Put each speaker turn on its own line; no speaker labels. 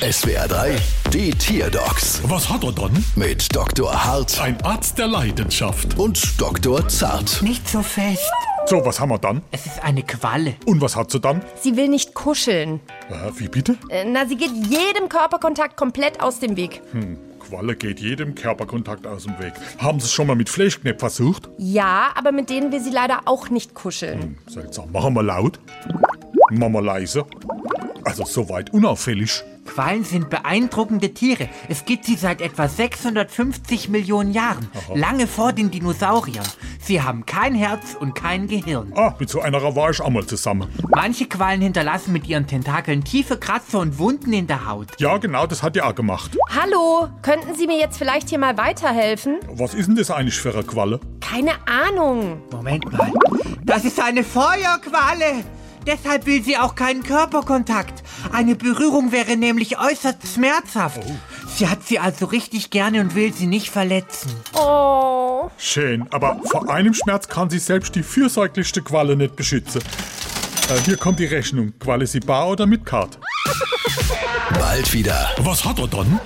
SWR 3, die Tierdocs
Was hat er dann?
mit Dr. Hart
Ein Arzt der Leidenschaft.
und Dr. Zart.
Nicht so fest.
So, was haben wir dann?
Es ist eine Qualle.
Und was hat sie dann?
Sie will nicht kuscheln.
Äh, wie bitte?
Äh, Na, sie geht jedem Körperkontakt komplett aus dem Weg.
Qualle geht jedem Körperkontakt aus dem Weg. Haben Sie es schon mal mit Fleischknepp versucht?
Ja, aber mit denen will sie leider auch nicht kuscheln.
Seltsam. Machen wir laut. Machen wir leise. Also soweit unauffällig.
Quallen sind beeindruckende Tiere. Es gibt sie seit etwa 650 Millionen Jahren, lange vor den Dinosauriern. Sie haben kein Herz und kein Gehirn.
Ah, mit so einer war ich einmal zusammen.
Manche Quallen hinterlassen mit ihren Tentakeln tiefe Kratzer und Wunden in der Haut.
Ja, genau, das hat die auch gemacht.
Hallo, könnten Sie mir jetzt vielleicht hier mal weiterhelfen?
Was ist denn das eigentlich für eine Qualle?
Keine Ahnung.
Moment mal. Das ist eine Feuerqualle. Deshalb will sie auch keinen Körperkontakt. Eine Berührung wäre nämlich äußerst schmerzhaft. Sie hat sie also richtig gerne und will sie nicht verletzen.
Oh.
Schön, aber vor einem Schmerz kann sich selbst die fürsorglichste Qualle nicht beschützen. Äh, hier kommt die Rechnung. Qualle sie bar oder mit Karte?
Bald wieder.
Was hat er dann?